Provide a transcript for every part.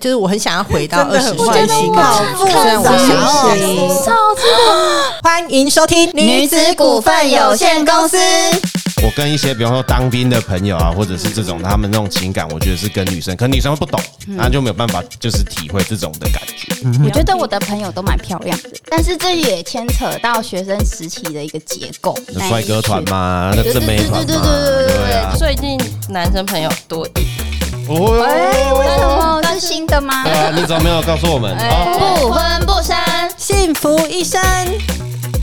就是我很想要回到真二的十很岁欢新欣高好哦峰，虽然我看想到要这学个习。照片欢迎收听女子股份有限公司。我跟一些比方说当兵的朋友啊，或者是这种他们那种情感，我觉得是跟女生，可能女生会不懂，然后就没有办法就是体会这种的感觉。我觉得我的朋友都蛮漂亮的，但是这也牵扯到学生时期的一个结构，那帅哥团嘛，那对，正对对妹对对团对嘛，对对对啊，最近男生朋友多一点，哦哎、为什么是新的吗？对啊，你怎么没有告诉我们？哦不婚不生。幸福一生，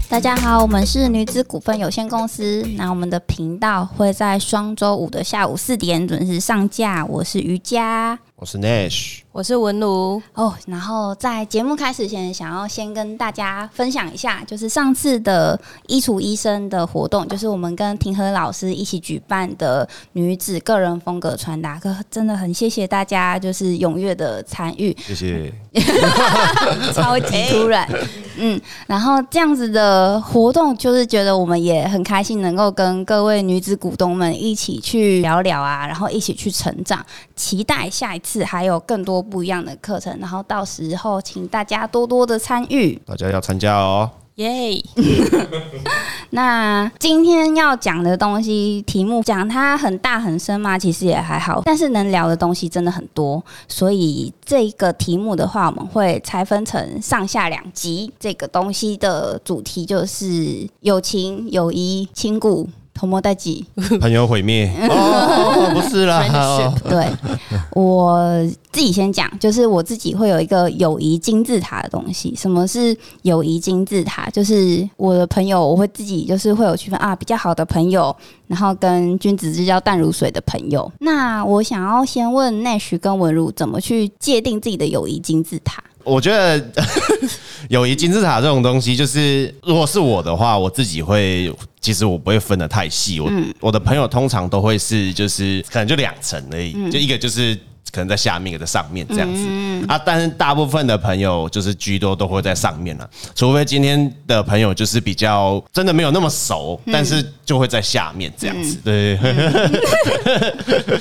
大家好，我们是女子股份有限公司。那我们的频道会在双周五的下午四点准时上架。我是瑜伽我是 Nash，我是文如，哦。然后在节目开始前，想要先跟大家分享一下，就是上次的衣橱医生的活动，就是我们跟庭和老师一起举办的女子个人风格穿搭课，真的很谢谢大家，就是踊跃的参与。谢谢。超级突然，嗯，然后这样子的活动，就是觉得我们也很开心，能够跟各位女子股东们一起去聊聊啊，然后一起去成长，期待下一次还有更多不一样的课程，然后到时候请大家多多的参与。大家要参加哦，耶！那今天要讲的东西题目，讲它很大很深嘛，其实也还好，但是能聊的东西真的很多，所以这个题目的话，我们会拆分成上下两集。这个东西的主题就是友情、友谊、亲故、同谋代际。朋友毁灭哦，不是啦，哦 对我自己先讲，就是我自己会有一个友谊金字塔的东西。什么是友谊金字塔？就是我的朋友，我会自己就是会有区分啊，比较好的朋友，然后跟君子之交淡如水的朋友。那我想要先问 Nash 跟文如怎么去界定自己的友谊金字塔？我觉得友谊金字塔这种东西，就是如果是我的话，我自己会，其实我不会分得太细。我、嗯我的朋友通常都会是，就是可能就两层而已，嗯就一个就是可能在下面，一个在上面这样子、啊。但是大部分的朋友就是居多都会在上面了、啊除非今天的朋友就是比较真的没有那么熟，嗯但是就会在下面这样子。对对 对，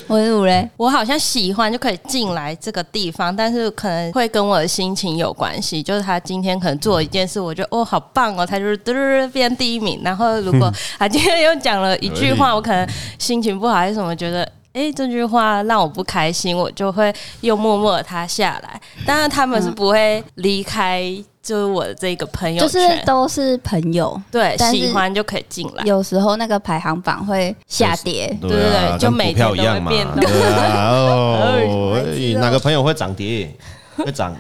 文如嘞？我好像喜欢就可以进来这个地方，但是可能会跟我的心情有关系。就是他今天可能做一件事，我觉得哦好棒哦，他就是嘟嘟嘟变第一名。然后如 果他今天又讲了一句话，我可能心情不好还是什么，觉得。诶，这句话让我不开心，我就会又默默地他下来。当然，他们是不会离开，就是我的这个朋友就圈，是都是朋友，对但是喜欢就可以进来。有时候那个排行榜会下跌。对对啊就跟每股票一天都样会嘛。变动对啊， 哦哎白痴，哦哪个朋友会涨跌？会涨。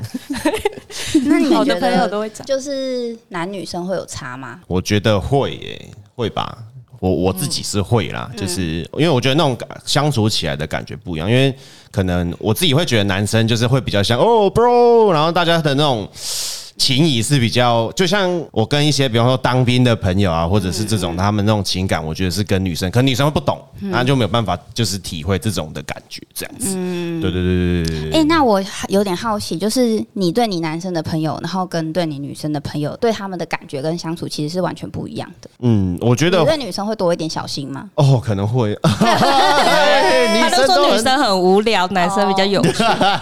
那你好们的觉朋友得都会讲，就是男女生会有差吗？我觉得会耶、会吧。我我自己是会啦，嗯就是因为我觉得那种感相处起来的感觉不一样，因为可能我自己会觉得男生就是会比较像哦 bro，然后大家的那种情谊是比较，就像我跟一些比方说当兵的朋友啊，或者是这嗯种他们那种情感，我觉得是跟女生，可能女生会不懂，那就没有办法就是体会这种的感觉，这样子。嗯对对对对对对哎、那我有点好奇，就是你对你男生的朋友，然后跟对你女生的朋友，对他们的感觉跟相处其实是完全不一样的。嗯，我觉你得对女生会多一点小心吗？ 哦可 能会， 哎他都说女很生很无聊，男生比较有趣。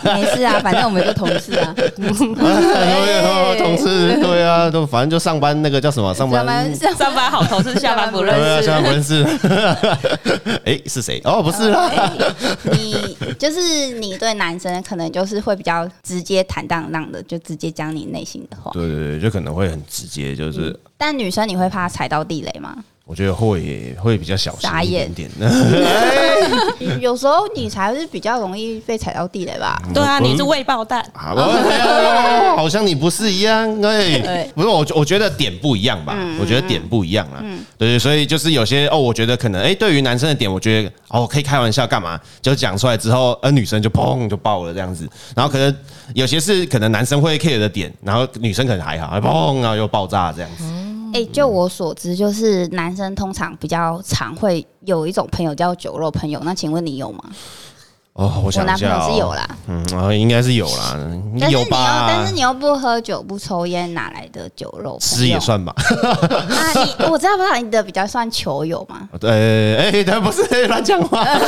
没事啊，反正我们就同事 啊， 哎 同事，对啊，都反正就上班那个叫什么上我班们。是上班好同事，下班不对啊，认现识。在不认识。 哎，是谁？哦，不是啦。你就是你对男生可能就是会比较直接坦荡荡的，就直接讲你内心的话。对对对，就可能会很直接，嗯就是但女生你会怕踩到地雷吗？ 我觉得会会比较小心傻一眼点点。哎有时候你才是比较容易被踩到地雷吧？对啊，你是未爆 弹，好哎呦好像你不是一样，哎对，嗯不是我，我觉得点不一样吧，我觉得点不一样啦，对对，所以就是有些哦，我觉得可能哎，对于男生的点，我觉得哦可以开玩笑干嘛，就讲出来之后，呃，女生就砰就爆了这样子，然后可能有些是可能男生会 care 的点，然后女生可能还好，哎砰然后又爆炸这样子，哎、就我所知，就是男生通常比较常会有一种朋友叫酒肉朋友。那请问你有吗？哦，我我想一男朋下、友是有，啦，嗯，哦，应该是有啦，但是有你又吧？但是你又不喝酒不抽烟，哪来的酒肉朋友吃也算吧？啊？你我知道不知道你的比较算球友吗？呃，哎、但不是乱讲话， 啊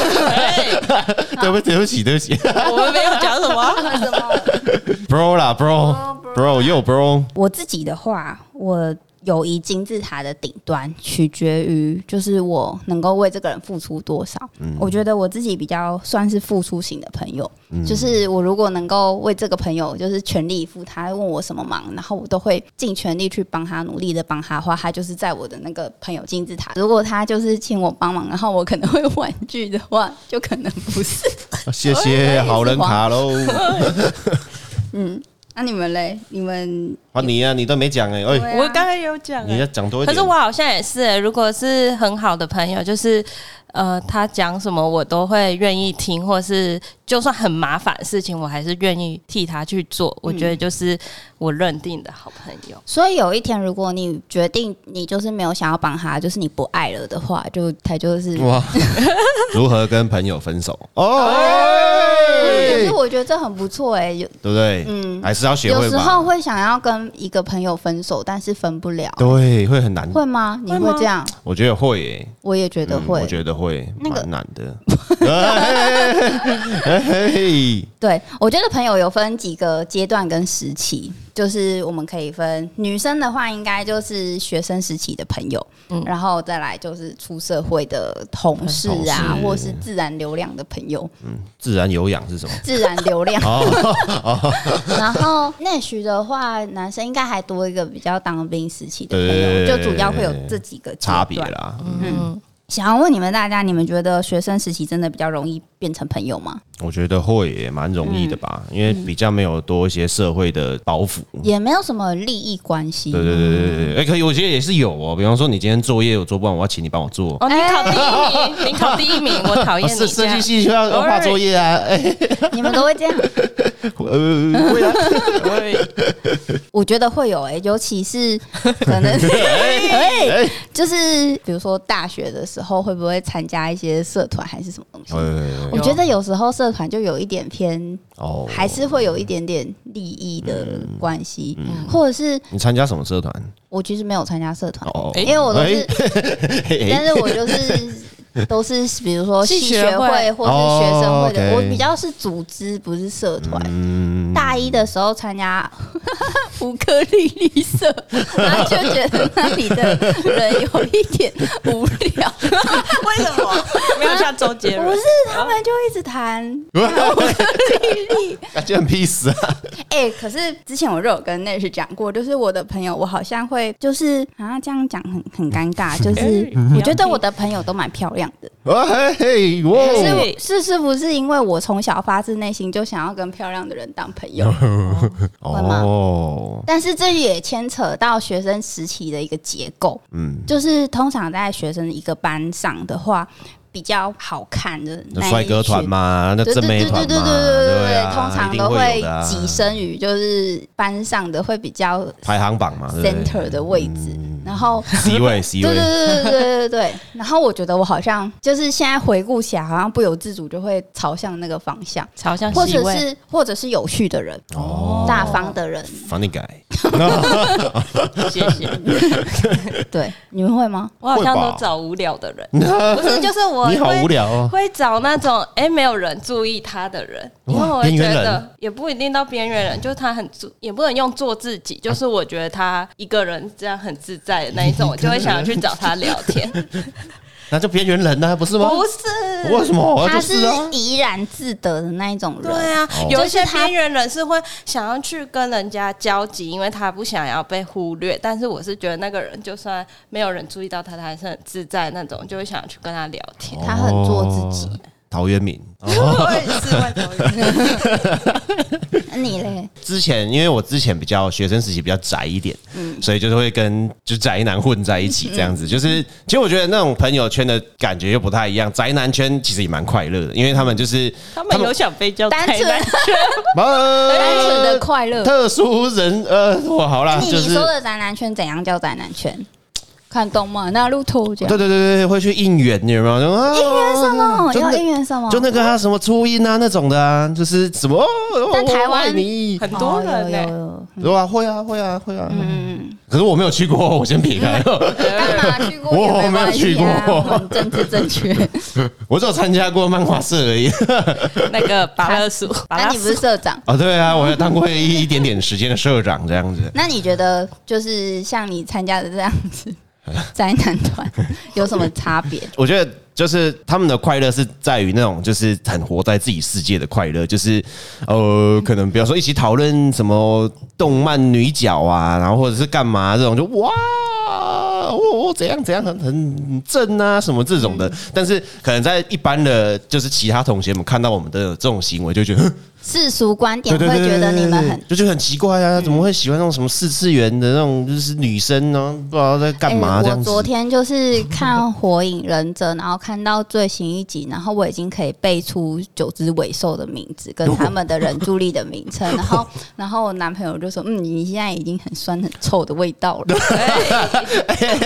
对不对不起，对不起我们没有讲什么，什么？ ，bro 啦，bro，bro 又 bro，我自己的话，我友谊金字塔的顶端取决于就是我能够为这个人付出多少。我觉得我自己比较算是付出型的朋友，就是我如果能够为这个朋友就是全力以赴，他问我什么忙，然后我都会尽全力去帮他，努力的帮他的话，他就是在我的那个朋友金字塔。如果他就是请我帮忙，然后我可能会婉拒的话，就可能不是。谢哎谢好人卡喽，嗯那、你们嘞？你们换你啊，你都没讲哎、哎、对啊我刚才有讲、你要欸。讲多一可点，是我好像也是、欸，如果是很好的朋友，就是呃，他讲什么我都会愿意听，或是就算很麻烦的事情，我还是愿意替他去做。我觉得就是我认定的好朋友。所以有一天，如果你决定你就是没有想要帮他，就是你不爱了的话，就他就是。 哇，如何跟朋友分手？哎哦，嗯可哎是我觉得这很不错哎、有对不对？嗯还是要学有会时吧候。会想要跟一个朋友分手，但是分不了，对，会很难。会吗？你会这样？我觉得会耶、我也觉得嗯会。我觉得会，那个蛮难 的。哎嘿嘿对，我觉得朋友有分几个阶段跟时期，就是我们可以分女生的话，应该就是学生时期的朋友，然后再来就是出社会的同事啊，同事或是自然流量的朋友，自然有氧是什么？自然流量。哦，然后内需的话，男生应该还多一个比较当兵时期的朋友，对就主要会有这几个阶段差别。啦。嗯，想要问你们大家，你们觉得学生时期真的比较容易变成朋友吗？我觉得会也蛮容易的吧，嗯因为比较没有多一些社会的包袱。也没有什么利益关系。嗯对对对对对对，哎、可以，我觉得也是有哦。比方说，你今天作业我做不完，我要请你帮我做。哦，你考第一名，你考第一名，我讨厌设你这设样计。系就要要画作业啊，哎、你们都会这样？呃，会啊，我觉得会有诶、尤其是可 能，哎就是比如说大学的时候，会不会参加一些社团还是什么东西？哎我觉得有时候社团就有一点偏，哦，还是会有一点点利益的关系，嗯或者是你参加什么社团？我其实没有参加社团，哦，哎因为我都是，哎但是我 就是都是比如说系系学学会会或是学生会哦的，我，OK 比较是组织，不是社团。嗯，大一的时候参加 乌克丽丽社，然后就觉得那里的人有一点无 聊， 为什么没有像周杰不伦是？他们就一直谈。感觉很 peace 啊。哎、可是之前我就有跟那是讲过，就是我的朋友，我好像会就是啊这样讲很很尴 尬，就是哎我觉得我的朋友都蛮漂亮的。哇嘿 嘿，哇可是哦，我是是不是因为我从小发自内心就想要跟漂亮的人当朋 友？嗯会吗哦，但是这也牵扯到学生时期的一个结构，嗯，就是通常在学生一个班上的话，比较好看的那那一帅哥团群。嘛，那对对正对妹对对对团对嘛，对对，啊通常一定都会会有的啊跻身于就是班上的会比较排行榜啊嘛对嗯不对 center 的位置，然后 C 位 C 对对位，对对对对对对。 然后我觉得我好像就是现在回顾起来，好像不由自主就会朝向那个方向，朝向或席者位是或者是有趣的人，哦大方的人。房 地改，谢谢。对，你们会吗？我好像会都吧找无聊的人，不是就是我你好会无聊哦。会找那种哎、诶没有人注意他的人，哇因为我会边觉缘得人也不一定到边缘人，就是他很做，也不能用做自己，就是我觉得他一个人这样很自在的那一种，我就会想要去找他聊 天。那就边缘人呢，不是吗？不是，为什么？我他就是是啊，怡然自得的那一种人。对啊，哦有一就是些他边缘人是会想要去跟人家交集，因为他不想要被忽略。但是我是觉得那个人就算没有人注意到他，他还是很自在那种，就会想要去跟他聊天。他很做自己哦。陶渊明，我也是外国人，那你 嘞？之前因为我之前比较学生时期比较宅一点，所以就是会跟就宅男混在一起这样子。就是其实我觉得那种朋友圈的感觉又不太一样，宅男圈其实也蛮快乐的，因为他们就是 他们有想被叫单台纯南单纯的呃快乐。特殊人呃，我好啦，你就你是说的宅男圈怎样叫宅男圈？看动漫，那路途这对样。对对对，会去应援，你有没有？就啊应援什么？就要那应援什么？就那个啊，什么初音啊那种的啊，就是什么？哦但台我爱湾你很哦多人呢、有有有对啊，会啊，会啊，会啊。可是我没有去过，我先撇 开。干嘛去过我也没没有关去系啊，过我们政治正确。我只有参加过漫画社而已。 那个拔乐鼠，拔那乐你不是鼠社长？啊，对啊，我还当过一一点点时间的社长这样子。那你觉得就是像你参加的这样 子灾难团有什么差别？我觉得就是他们的快乐是在于那种就是很活在自己世界的快乐，就是呃，可能比方说一起讨论什么动漫女角啊，然后或者是干嘛这种，就哇。我我怎样怎样很很正啊什么这种的，但是可能在一般的就是其他同学们看到我们的这种行为，就觉得哼世俗观点对会对对觉得你们对很嗯就觉得很奇怪啊，怎么会喜欢那种什么四次元的那种就是女生呢、不知道在干嘛欸这我样子。昨天就是看《火影忍者》，然后看到最新一集，然后我已经可以背出九只尾兽的名字跟他们的忍助力的名称，然 后然后我男朋友就说：“嗯，你现在已经很酸很臭的味 道了。 哎哎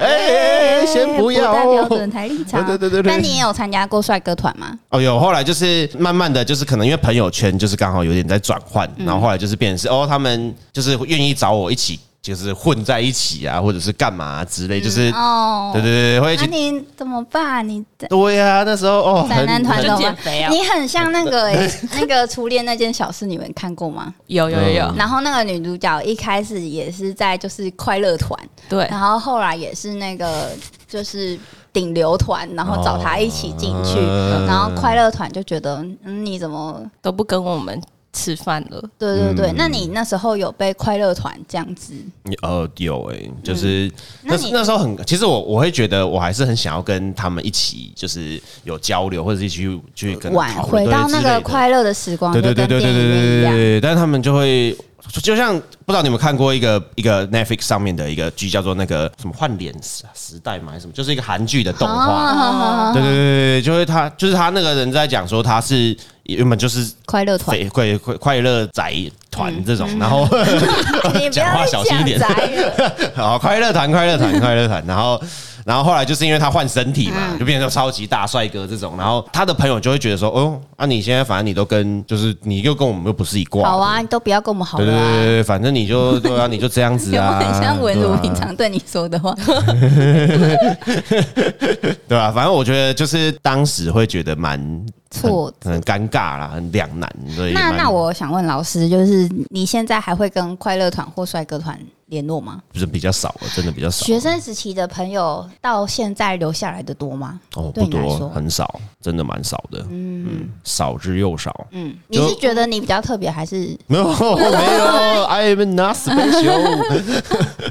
哎，先不要代表哦准。台立场。对对对对对那你也有参加过帅哥团吗？哦，有后来就是慢慢的就是可能因为朋友圈就是刚好有点在转换，然后后来就是变成是哦，他们就是愿意找我一起就是混在一起啊，或者是干嘛啊之类，就是哦，对对对，会一那、起。你怎么办？你在对呀，那时候哦，宅很男团很懂就吗减肥啊？你很像那个、欸、 那个初恋那件小事，你们看过吗？有有有有，嗯然后那个女主角一开始也是在就是快乐团，对然后后来也是那个就是顶流团，然后找她一起进去，嗯然后快乐团就觉得嗯你怎么都不跟我们吃饭了。对对嗯对，那你那时候有被快乐团这样子，呃有哎、就是、那那你那时候很，其实我我会觉得我还是很想要跟他们一起，就是有交流或者一起去去跟晚回到那个快乐的时光，对对对就对跟电对对影院一对样。对，但是他们就会。就就像不知道你们看过一个一个 Netflix 上面的一个剧，叫做那个什么换脸时时代嘛，还是什么，就是一个韩剧的动画。啊对对对对对，就会他就是他那个人在讲说他是原本就是快乐团，嗯快快快快乐宅团这种，然后你不讲要话再小心一点讲宅了，好，快乐团，快乐团，快乐团。然后，然后后来就是因为他换身体嗯嘛，就变成超级大帅哥这种。然后他的朋友就会觉得说，哦，啊，你现在反正你都跟，就是你又跟我们又不是一挂。好啊，你都不要跟我们好对了对对对啊。对，反正你就对啊，你就这样子有没有 啊，很像文对如啊平常对你说的话？对啊，反正我觉得就是当时会觉得蛮错很很尴尬啦，很两难。所以那蛮那我想问老师，就是你现在还会跟快乐团或帅哥团联络吗？就是比较少了，真的比较少，学生时期的朋友到现在留下来的多吗？哦对不你来多，说很少，真的蛮少的，嗯，少之又少。嗯，你就是觉得你比较特别，还是没有没有，I am not special。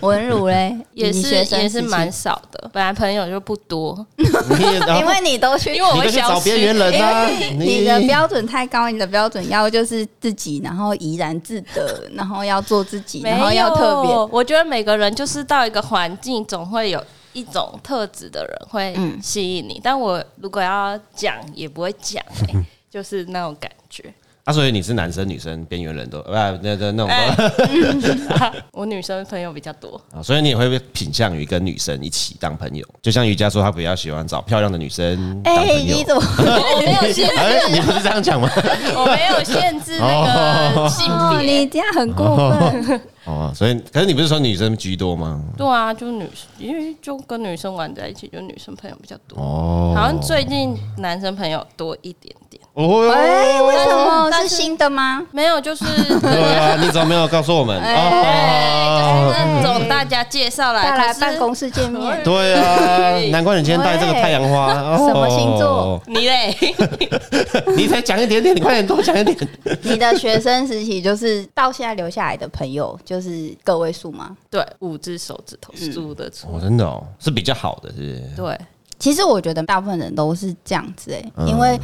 文儒嘞？也你是学生也时是期蛮，少的，本来朋友就不多，你也然后因为你都去，因为我你会都去消找失边。缘人啊，你的标准太高，你的标准要就是自己，然后怡然自得，然后要做自己，没然后要特别。有，我觉得每个人就是到一个环境，总会有一种特质的人会嗯吸引你。但我如果要讲，也不会讲、欸，就是那种感觉。啊，所以你是男生女生边缘人都啊，那那那种哎都， 我女生朋友比较多，啊所以你也会倾向于跟女生一起当朋友，就像瑜伽说他比较喜欢找漂亮的女生当哎，朋友你。怎么？我哦 没有限，哎，你不是这样讲吗？ 我没有限制那个性哦，别。你这样很过 分。哦，所以可是你不是说女生居多吗？对啊，就女，因为就跟女生玩在一起，就女生朋友比较多。哦，好像最近男生朋友多一点点，哦，哎，为什么但是是新的吗？没有就是。对啊，你怎么没有告诉我们？哎哎，就是哦，那种大家介绍来，再来可是办公室见面。对啊，难怪你今天戴这个喂太阳花。哦什么星座？你嘞，你才讲一点点，你快点多讲一点。你的学生时期就是到现在留下来的朋友，就是个位数吗？对，五只手指头数得出。 哦，真的哦，是比较好的，是不是？对，其实我觉得大部分人都是这样子哎、嗯因为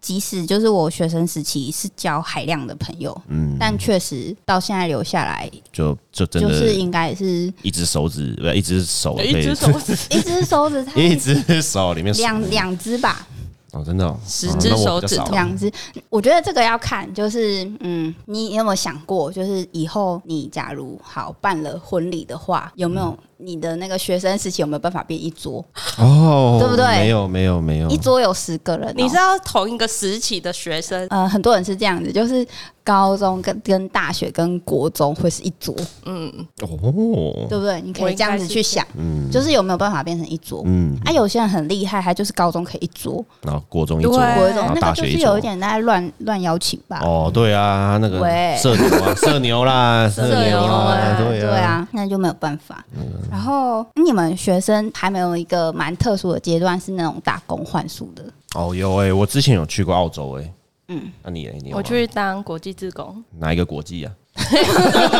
即使就是我学生时期是交海量的朋友，嗯，但确实到现在留下来，就就真就的是应该是一只手指，不，一只手可以，一只手指，一只手指 太一只手里面数两两只吧，哦，真的哦十哦只那我比较手指少头两只。我觉得这个要看，就是嗯，嗯你有没有想过，就是以后你假如好办了婚礼的话，有没有你的那个学生时期有没有办法变一桌？哦，对不对没有没有没有，一桌有十个人哦、你知道同一个时期的学生，呃，很多人是这样子，就是高中跟跟大学跟国中会是一桌，嗯，哦，对不对？你可以这样子去想，嗯就是有没有办法变成一桌？嗯，啊，有些人很厉害，他就是高中可以一桌，然后国中一桌，对国中然后那大个就学是一桌有一，点在乱乱邀请吧。哦，对啊，那个喂社 牛啊，社牛啦，社牛啦啊，对对啊，啊，那就没有办法。然后你们学生还没有一个蛮特殊的阶段是那种打工换宿 的，哦有哎，我之前有去过澳洲哎，嗯，那你嘞你有我吗去当国际志工，哪一个国际啊？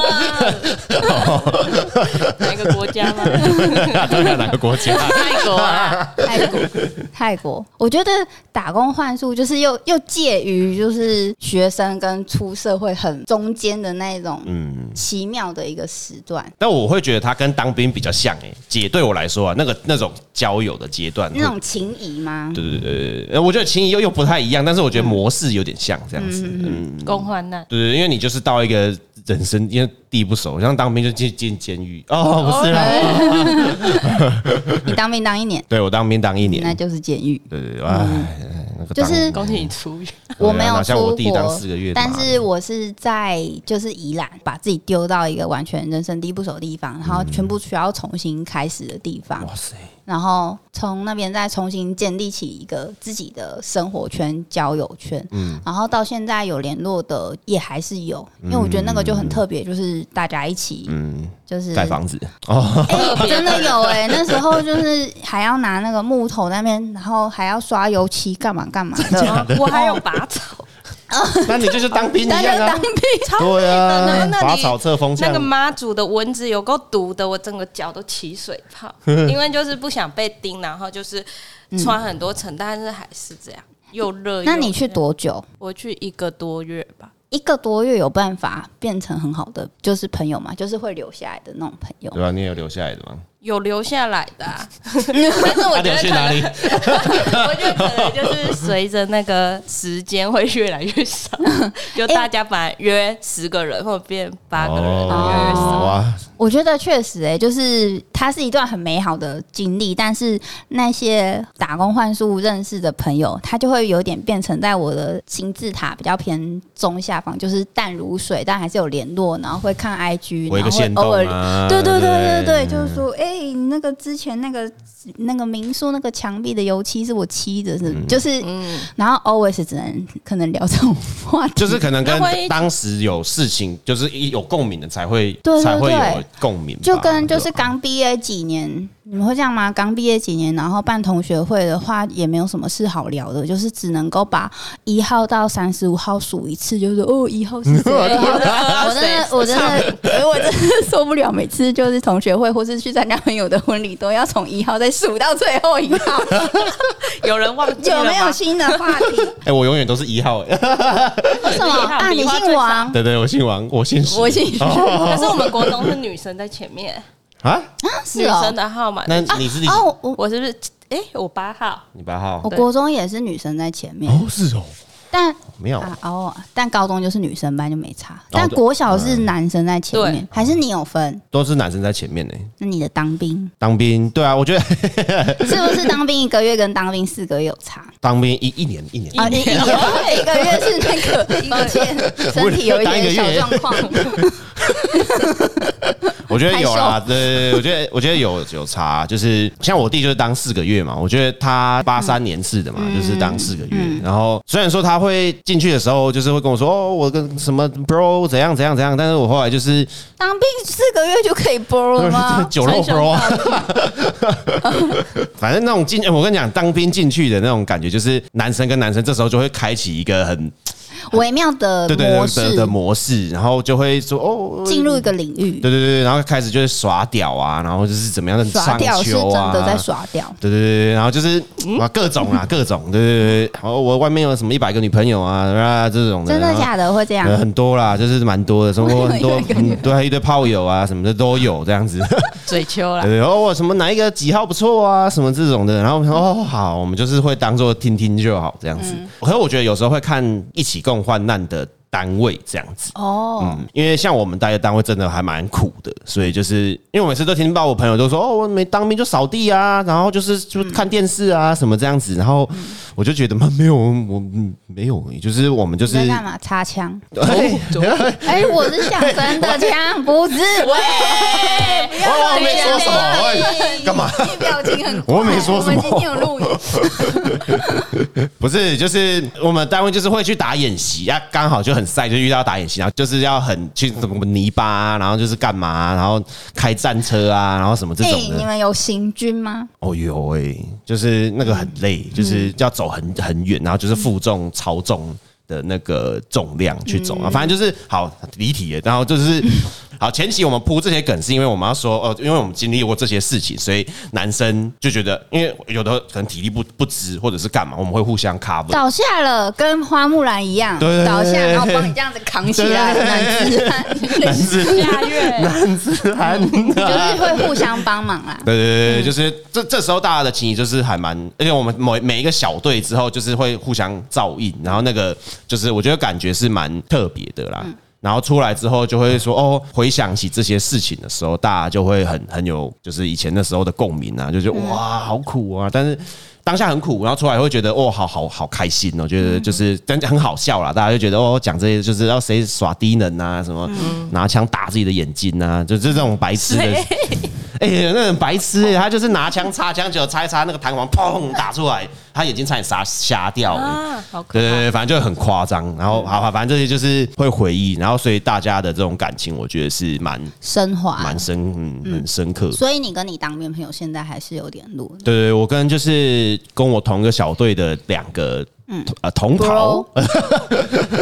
哦哪一个国家 吗？对啊，哪个国家？泰国啊，泰国，泰国，我觉得打工换宿就是又又介于就是学生跟出社会很中间的那一种嗯，奇妙的一个时段，但我会觉得他跟当兵比较像哎，姐对我来说啊，那个那种交友的阶段，那种情谊吗？嗯对对对对，呃我觉得情谊又又不太一样，但是我觉得模式有点像这样子。嗯，共患难。对对，因为你就是到一个人生因为地不熟，像当兵就进进监狱哦，不是啦，你当兵当一年，对我当兵当一年那，就是监狱。嗯对对对，哎，那个就当是恭喜你出狱，我没有哪像出我弟当国四个月，但是我是在就是宜兰，把自己丢到一个完全人生地不熟的地方，然后全部需要重新开始的地方，哇塞，然后从那边再重新建立起一个自己的生活圈、交友圈，嗯，然后到现在有联络的也还是有，因为我觉得那个就很特别，就是大家一起，嗯，就是盖房子哦，哎、真的有哎、那时候就是还要拿那个木头那边，然后还要刷油漆，干嘛干嘛的。 我还有拔草，那你就是当兵一大样家当啊，兵对然后啊，那拔你草测风那个向，妈祖的蚊子有够毒的，我整个脚都起水泡，因为就是不想被叮，然后就是穿很多层，但是还是这样，又热。那又你去热？多久？我去一个多月吧，一个多月有办法变成很好的就是朋友嘛，就是会留下来的那种朋友。对吧？你也有留下来的吗？有留下来的、 啊，但是我觉他留得可去哪能，里？ 我觉得可能就是随着那个时间会越来越 少，就大家本来约十个人，或者变八个人，越来越少。哦哇，我觉得确实、欸，就是它是一段很美好的经历，但是那些打工换宿认识的朋友，他就会有点变成在我的金字塔比较偏中下方，就是淡如水，但还是有联络，然后会看 IG，围然个后会线偶洞尔。啊，对对对对不对，就是说，哎、你那个之前那个那个民宿那个墙壁的油漆是我漆的，嗯是、就是，嗯然后 always 只能可能聊这种话题，就是可能那万一跟当时有事情，就是一有共鸣的才会对对才会对有共鸣吧，就跟就是吧刚毕业几年，你们会这样吗？刚毕业几年，然后办同学会的话，也没有什么事好聊的，就是只能够把一号到三十五号数一次，就是哦，一号是谁？啊 我真的，我真的，我真的受不了，每次就是同学会或是去参加朋友的婚礼，都要从一号再数到最后一号，有人忘记有了没有吗？新的话题？哎，我永远都是一号，哎为什么一号啊？你比花姓最少王，对对，我姓王，我姓石哦我姓 可是我们国中是女生在前面，啊， 是女生哦。的号码。那你是第哦，我我是不是？哎、我八号，你八号我国中也是女生在前面，哦，是哦，但没有啊哦，但高中就是女生班就没差，但对国小嗯是男生在前面，还是你有分？都是男生在前面呢。那你的当兵当兵，对啊，我觉得 是不是当兵一个月跟当兵四个月有差？当兵一一年一年，哦啊，你一个一个月是 那个，抱歉，身体有一点小状况。我觉得有啦，对，我觉得我觉得有有差，就是像我弟就是当四个月嘛，我觉得他八三年次的嘛，嗯就是当四个月。然后虽然说他会进去的时候，就是会跟我说哦，我跟什么 bro 怎样怎样怎样，但是我后来就是当兵四个月就可以 borrow 了吗？ 酒肉 bro，啊 反正那种进，呃我跟你讲，当兵进去的那种感觉，就是男生跟男生这时候就会开启一个很微妙的对对模对的式的模式，然后就会说哦，进入一个领域，对对对，然后开始就是耍屌啊，然后就是怎么样的耍上掉是球真啊，的在耍掉。对对对对，然后就是嗯啊各 种啊各种，对对对，然后我外面有什么一百个女朋友啊啊这种的，真的然后假的会这样呃？很多啦，就是蛮多的，什 么我很以为多一个嗯对，还有一堆炮友啊什么的都有这样 子，嘴秋啦对。对哦什么哪一个几号不错啊什么这种的，然后我们说哦好，嗯我们就是会当做听听就好这样子。可是我觉得有时候会看一起共患难的单位这样子。哦，嗯，因为像我们待的单位真的还蛮苦的，所以就是因为我每次都听到我朋友都说哦，我没当兵就扫地啊，然后就是就看电视啊什么这样子，然后我就觉得嘛没有我嗯没有，就是我们就你是在干嘛？擦枪？ 哎哎、我是想真 的枪，不是哎喂，不要我乱哦没说什么哎讲干嘛？你表情很怪我没说我什么们今天有 录影，不是，就是我们单位就是会去打演习啊，刚好就很晒，就遇到打演习，然后就是要很去什么泥巴、啊，然后就是干嘛、然后开战车啊，然后什么这哎、种你的。们有行军吗？哦有哎、就是那个很累，就是要走很很远，然后就是负重超重的那个重量去走啊，反正就是好离体了，然后就是。好，前期我们铺这些梗是因为我们要说，哦，因为我们经历过这些事情，所以男生就觉得，因为有的可能体力不不支，或者是干嘛，我们会互相 cover。倒下了，跟花木兰一样，对对对倒下，然后帮你这样子扛起来，对男子汉，男子嘉悦， 男子汉就是会互相帮忙啊啦。对对对对，就是这这时候大家的情谊就是还蛮，而且我们每每一个小队之后就是会互相照应，然后那个就是我觉得感觉是蛮特别的啦。然后出来之后就会说哦，回想起这些事情的时候，大家就会很很有就是以前那时候的共鸣啊，就觉得哇好苦啊，但是当下很苦，然后出来会觉得哦好好好开心哦，觉得就是真的很好笑啦，大家就觉得哦讲这些就是要谁耍低能啊，什么拿枪打自己的眼睛啊，就这种白痴的。哎、那很白痴哎、他就是拿枪插枪，结果插一插，那个弹簧砰打出来，他眼睛差点瞎瞎掉了。啊，好可对对爱。对，反正就很夸张。然后好，反正这些就是会回忆，然后所以大家的这种感情，我觉得是蛮升华蛮，深，嗯，很深刻。所以你跟你当面朋友现在还是有点路。对对，我跟就是跟我同一个小队的两个。呃，同袍 Bro，，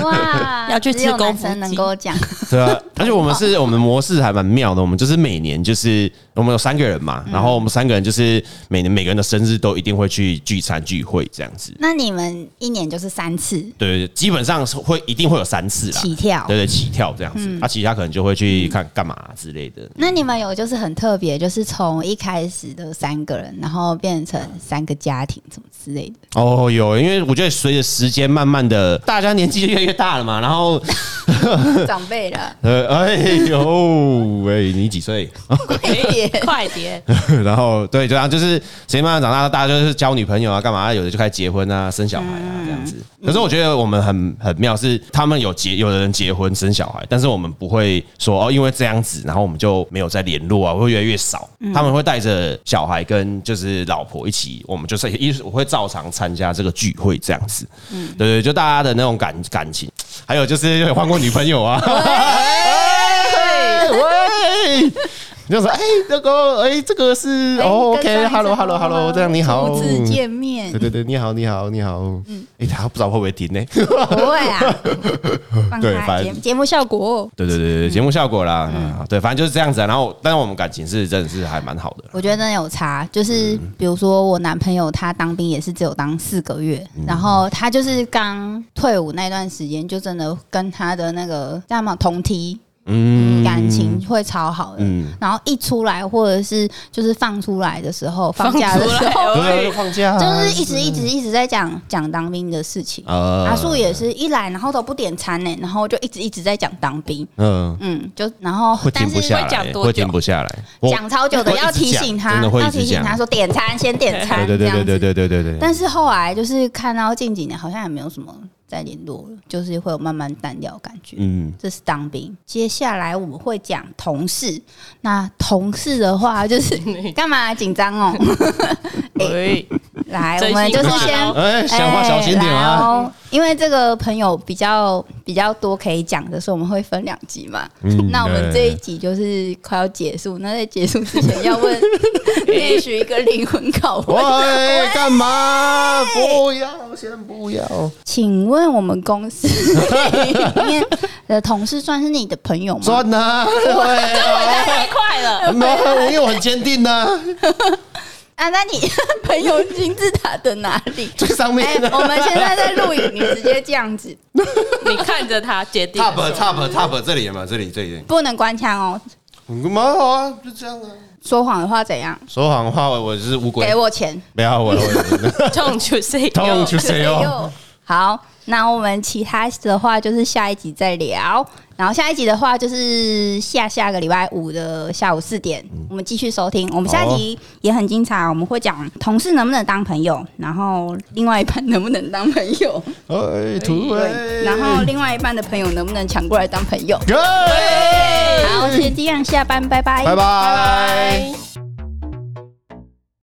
哇，要去吃 只有功男夫生能鸡够讲， 对啊，而且我们是我们模式还蛮妙的，我们就是每年就是我们有三个人嘛，然后我们三个人就是每年每个人的生日都一定会去聚餐聚会这样子， 那你们一年就是三次对对，对基本上是会一定会有三次啦，起跳嗯对。对，起跳这样子。那、其他可能就会去看干嘛之类的。那你们有就是很特别，就是从一开始的三个人，然后变成三个家庭，什么之类的。哦，有，因为我觉得随着时间慢慢的，大家年纪就越来越大了嘛，然后 长辈了，呃，哎呦，哎，你几岁？快点！ 然后对，就这样，就是时间慢慢长大，大家就是交女朋友啊，干嘛、有的就开始结婚啊，生小孩啊，这样子。可是我觉得我们很很妙，是他们有结，有的人结婚生小孩，但是我们不会说哦，因为这样子，然后我们就没有再联络啊，会越来越少。他们会带着小孩跟就是老婆一起，我们就是一我会照常参加这个聚会这样子。嗯，对对，就大家的那种感感情，还有就是有换过女朋友啊。 喂，喂，你就说哎，那个哎，这个是哦，OK，Hello，Hello，Hello，这 样你好，嗯初嗯次见面对，对对，你好，你好，你好，嗯，哎，他不知道会不会停呢？不会 啊，放对开反节节目效果。哦对对对对，节目效果啦，嗯啊对，反正就是这样子啊。然后，但是我们感情是真的是还蛮好的啦。我觉得真的有差，就是嗯比如说我男朋友他当兵也是只有当四个月，嗯然后他就是刚退伍那段时间，就真的跟他的那个叫什么同梯嗯，感情会超好的。嗯，然后一出来或者是就是放出来的时候，放假的时候，对啊，就放假啊就是一直一直一直在讲讲当兵的事情。呃阿树也是一来，然后都不点餐呢，然后就一直一直在讲当兵，嗯，嗯，就然后会但停不是下会讲来，多会停久不下来。我讲超久的，会一直要提醒讲他，真的会一要直提醒讲他说点餐先点餐，对这对对样对对子。对对对对。但是后来就是看到近几年好像也没有什么再联络了，就是会有慢慢淡掉的感觉。嗯，这是当兵。接下来我们会讲同事，那同事的话就是干嘛紧张哦？ 喂，来，真我心们就是话先哦哎，想话哎小心点来啊。哦因为这个朋友比较比较多可以讲的，所以我们会分两集嘛。嗯那我们这对一集就是快要结束，那在结束之前要 问也许一个灵魂拷问，喂，干嘛？不要，先不要。请问我们公司里面的同事算是你的朋友吗？赚呐、对啊，哎太快了！没有，因为我很坚定呐、啊，那你 朋友金字塔的哪 里？ 最上哎、面的、 我们现在在录影，你直接这样子，你看着他决定 top top top 这里有没有？这里这里，不能关枪哦。嗯，蛮好啊，就这样啊。说谎的话怎样？说谎话，我我是乌龟给，我钱。不要我，我痛就 say 痛就 say 哦。哎呦好，那我们其他的话就是下一集再聊。然后下一集的话就是下下个礼拜五的下午四点，我们继续收听。我们下一集也很精彩，我们会讲同事能不能当朋友，然后另外一半能不能当朋友， 哎，土对，然后另外一半的朋友能不能抢过来当朋友。 Go！好，先这样，下班，拜拜，拜拜。拜。